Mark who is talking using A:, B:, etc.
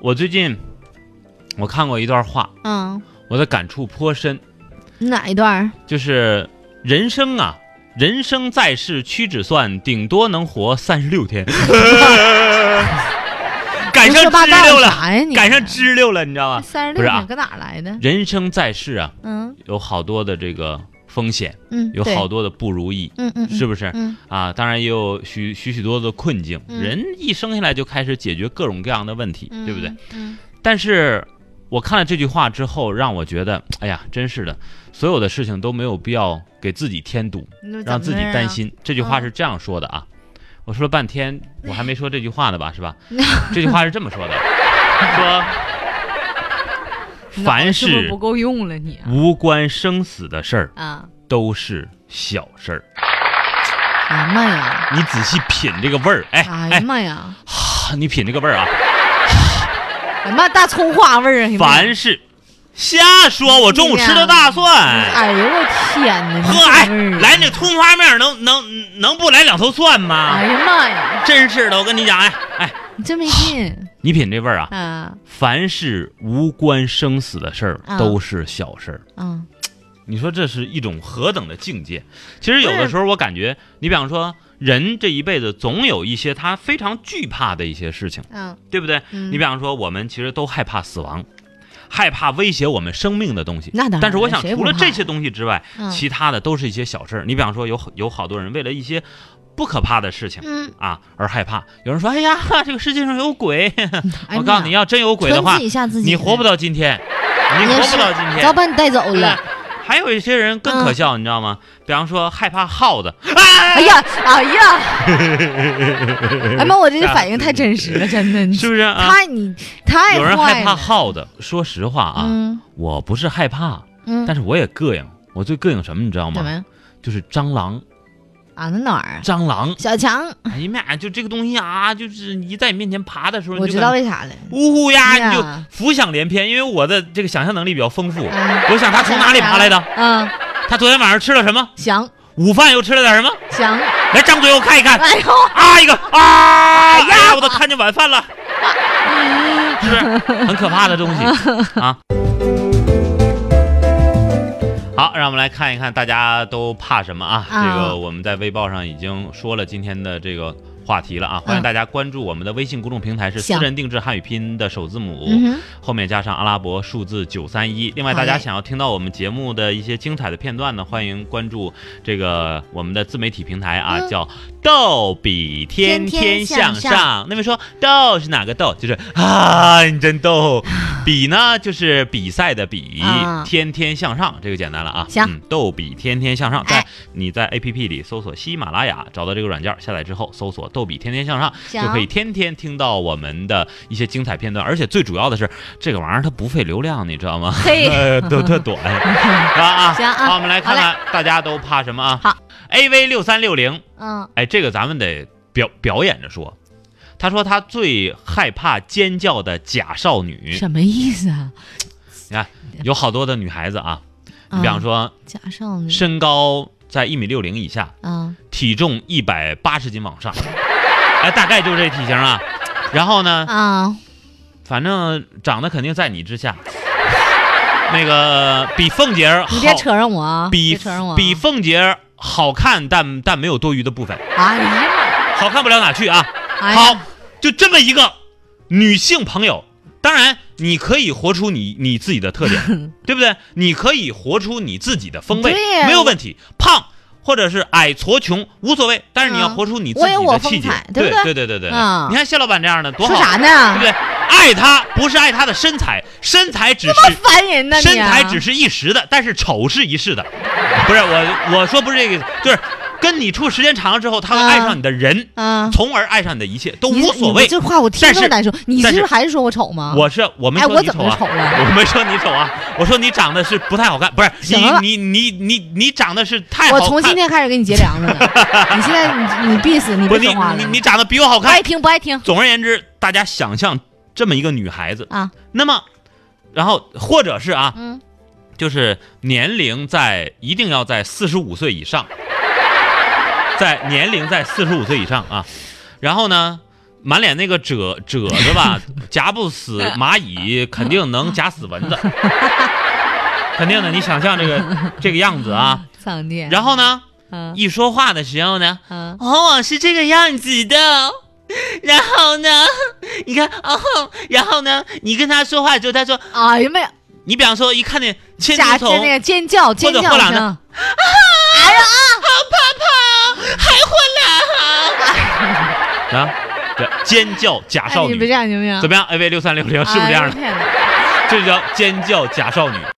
A: 我最近我看过一段话，
B: 嗯，
A: 我的感触颇深，
B: 哪一段儿？
A: 就是人生啊，人生在世屈指算，顶多能活三十六 天。赶
B: 胡
A: 上
B: 说八
A: 支
B: 道
A: 溜了，
B: 啥呀你？啊
A: 赶上支溜了，你知道吗？
B: 三十
A: 不是
B: 六
A: 啊
B: 点搁哪儿来的？
A: 人生在世啊，
B: 嗯
A: 有好多的这个风险，
B: 嗯，
A: 有
B: 对
A: 好，多的不如意，
B: 嗯嗯，嗯
A: 是不是？
B: 嗯
A: 啊，当然也有许许许多多的困境，
B: 嗯
A: 人一生下来就开始解决各种各样的问题，
B: 嗯，
A: 对不对？
B: 嗯？
A: 但是我看了这句话之后，让我觉得，哎呀，真是的，所有的事情都没有必要给自己添堵，
B: 嗯，
A: 让自己担
B: 心。
A: 心。这句话
B: 嗯
A: 是这样说的啊，我说了半天，我还没说这句话呢吧，是 吧？这句话是这么说的，说凡
C: 是不是
A: 是
C: 不够用了你啊？
A: 无关生死的事儿
B: 啊，
A: 都是小事儿。
B: 哎呀妈呀！
A: 你仔细品这个味儿，哎
B: 哎呀哎
A: 哎，
B: 妈呀！
A: 你品这个味儿啊，
B: 哎呀妈，大葱花味儿啊！哎呀妈呀
A: 凡是瞎说，我中午吃的大蒜。
B: 哎呦我天哪！
A: 呵，哎，
B: 啊
A: 来啊那葱花面儿能能能不来两头蒜吗
B: 哎？呀妈呀！
A: 真是的，我跟你讲，哎哎，
B: 你真没劲
A: 你品这味儿啊，
B: 啊
A: 凡是无关生死的事儿
B: 啊
A: 都是小事儿。
B: 啊！
A: 你说这是一种何等的境界？其实有的时候我感觉，你比方说，人这一辈子总有一些他非常惧怕的一些事情，
B: 嗯，
A: 对不对？
B: 嗯
A: 你比方说，我们其实都害怕死亡，害怕威胁我们生命的东西。
B: 那当然。
A: 但是我想，
B: 谁
A: 除
B: 不
A: 了
B: 怕
A: 这些，东西之外，
B: 嗯
A: 其他的都是一些小事儿。你比方说有，有好多人为了一些不可怕的事情
B: 嗯，
A: 啊而害怕。有人说：“哎呀， 这个世界上有鬼！”
B: 哎呀
A: 我告诉你，要真有鬼的话
B: 吞自，己吓自己，
A: 你活不到今天，你哎活不到今天。
B: 早把你带走了。嗯
A: 还有一些人更可笑，你知道吗？比方说害怕耗子，
B: 哎呀，哎 呀，哎妈，我这反应太真实了，真的，你
A: 是不是啊？
B: 太你太
A: 有人害
B: 坏
A: 怕
B: 了。
A: 耗子。说实话啊，
B: 嗯
A: 我不是害怕，
B: 嗯，
A: 但是我也膈应。我最膈应什么，你知道
B: 怎么
A: 吗？
B: 呀
A: 就是蟑螂，
B: 啊？那哪儿啊？
A: 蟑螂。
B: 小强，
A: 哎呀妈呀，就这个东西啊，就是你在你面前爬的时候，你
B: 我
A: 就
B: 知
A: 感
B: 道
A: 觉
B: 为啥了。
A: 呜呼呀，你就
B: 呀
A: 浮想联翩，因为我的这个想象能力比较丰富。
B: 啊
A: 我想他从哪里爬来的？
B: 嗯，
A: 他昨天晚上吃了什么？
B: 翔
A: 午饭又吃了点什么？
B: 翔，
A: 来张嘴我看一看。
B: 哎呦，
A: 啊一个啊呀！我都看见晚饭了，是不是很可怕的 东西啊？好，让我们来看一看大家都怕什么啊？
B: 啊
A: 这个我们在微报上已经说了今天的这个话题了啊，欢迎大家关注我们的微信公众平台是私
B: 行
A: 人定制汉语拼音的首字母。
B: 嗯哼，
A: 后面加上阿拉伯数字九三一。另外，
B: 好
A: 大
B: 嘞
A: 家想要听到我们节目的一些精彩的片段呢，欢迎关注这个我们的自媒体平台啊，
B: 嗯
A: 叫“逗比天天向
B: 天天向
A: 上”。那边说“逗”是哪个“逗”？就是啊，你真逗。比呢，就是比赛的比，
B: 啊
A: 天天向上，这个简单了啊。
B: 行
A: 嗯，逗比天天向上，在
B: 哎
A: 你在 A P P 里搜索喜马拉雅，找到这个软件，下载之后搜索“逗比天天向上”，
B: 行
A: 就可以天天听到我们的一些精彩片段，而且最主要的是，这个玩意儿它不费流量，你知道吗？
B: 嘿，
A: 呃，都特短啊啊！
B: 行啊
A: 好，我们来看看大家都怕什么啊？
B: 好
A: ，AV 六三六零，
B: 嗯，
A: 哎，这个咱们得表表演着说。他说他最害怕尖叫的假少女，
B: 什么意思啊？
A: 有好多的女孩子啊，
B: 嗯
A: 你比方说
B: 加上
A: 身高在一米六零以下，
B: 啊，
A: 体重一百八十斤往上，哎，大概就这体型啊。然后呢，
B: 啊，
A: 反正长得肯定在你之下。 那个比凤姐儿好
B: 你，别扯上我啊，
A: 比
B: 别扯上我啊，
A: 比凤姐儿好看，但但没有多余的 部分，
B: 哎呀
A: 好看不了哪去啊。
B: 妈，哎呀
A: 好，就这么一个女性朋友，当然你可以活出你你自己的特 点，对不对？你可以活出你自己的风味
B: 对，呀
A: 没有问题。胖或者是矮矬穷无所谓，但是你要
B: 嗯
A: 活出你自
B: 我
A: 己
B: 有我
A: 的
B: 风
A: 气节
B: 采，对
A: 对
B: 不
A: 对
B: 对
A: 对对对。
B: 嗯
A: 你看谢老板这样的多好
B: 说
A: 啊，
B: 啥
A: 对不
B: 呢？
A: 对？爱他不是爱他的身材，身材只是
B: 烦人呢你啊，
A: 身材只是一时的，但是丑是一世的。不是我我说不是这个意思，就是跟你处时间长了之后，他会
B: 啊
A: 爱上你的人，
B: 啊，
A: 从而爱上你的一切，都
B: 你
A: 无所
B: 你
A: 谓。
B: 这话我听
A: 但是
B: 着难受，你是
A: 但
B: 不
A: 是
B: 是还是说我丑吗？
A: 我是我没
B: 哎，
A: 说
B: 我
A: 你
B: 怎
A: 丑
B: 么
A: 啊，
B: 丑了？
A: 我没说你丑啊，我说你长得是不太好看，不是
B: 行了
A: 你你你你你长得是太好
B: 我
A: 看，
B: 从今天开始给 你结粮食了，你现在你你必死，你
A: 不
B: 别
A: 你
B: 说话了哎
A: 你，你长得比我好
B: 不
A: 看
B: 爱。听不爱听
A: 总而言之，大家想象这么一个女孩子，
B: 啊，
A: 那么然后或者是啊，
B: 嗯，
A: 就是年龄在一定要在四十五岁以上，在年龄在四十五岁以上啊。然后呢，满脸那个褶褶子 吧，夹不死蚂蚁，肯定能夹死蚊子，肯定的。你想象这 个这个样子啊，
B: 上帝，
A: 然后呢，
B: 嗯
A: 一说话的时候呢，
B: 嗯，
A: 往往是这个样子的。然后呢，你看，哦，然后呢，你跟他说话之后，他说，
B: 哎呀妈呀，
A: 你比方说，一看见千斤
B: 夹着
A: 头，
B: 那个尖叫尖
A: 或
B: 叫
A: 者后来
B: 声哎
A: 呢， 啊，对，尖叫假
B: 哎，
A: 少
B: 你们
A: 女，
B: 这样行不行？
A: 怎么样？哎喂，六三六零是不是这样的？
B: 哎？我天哪
A: 这叫尖叫假少女。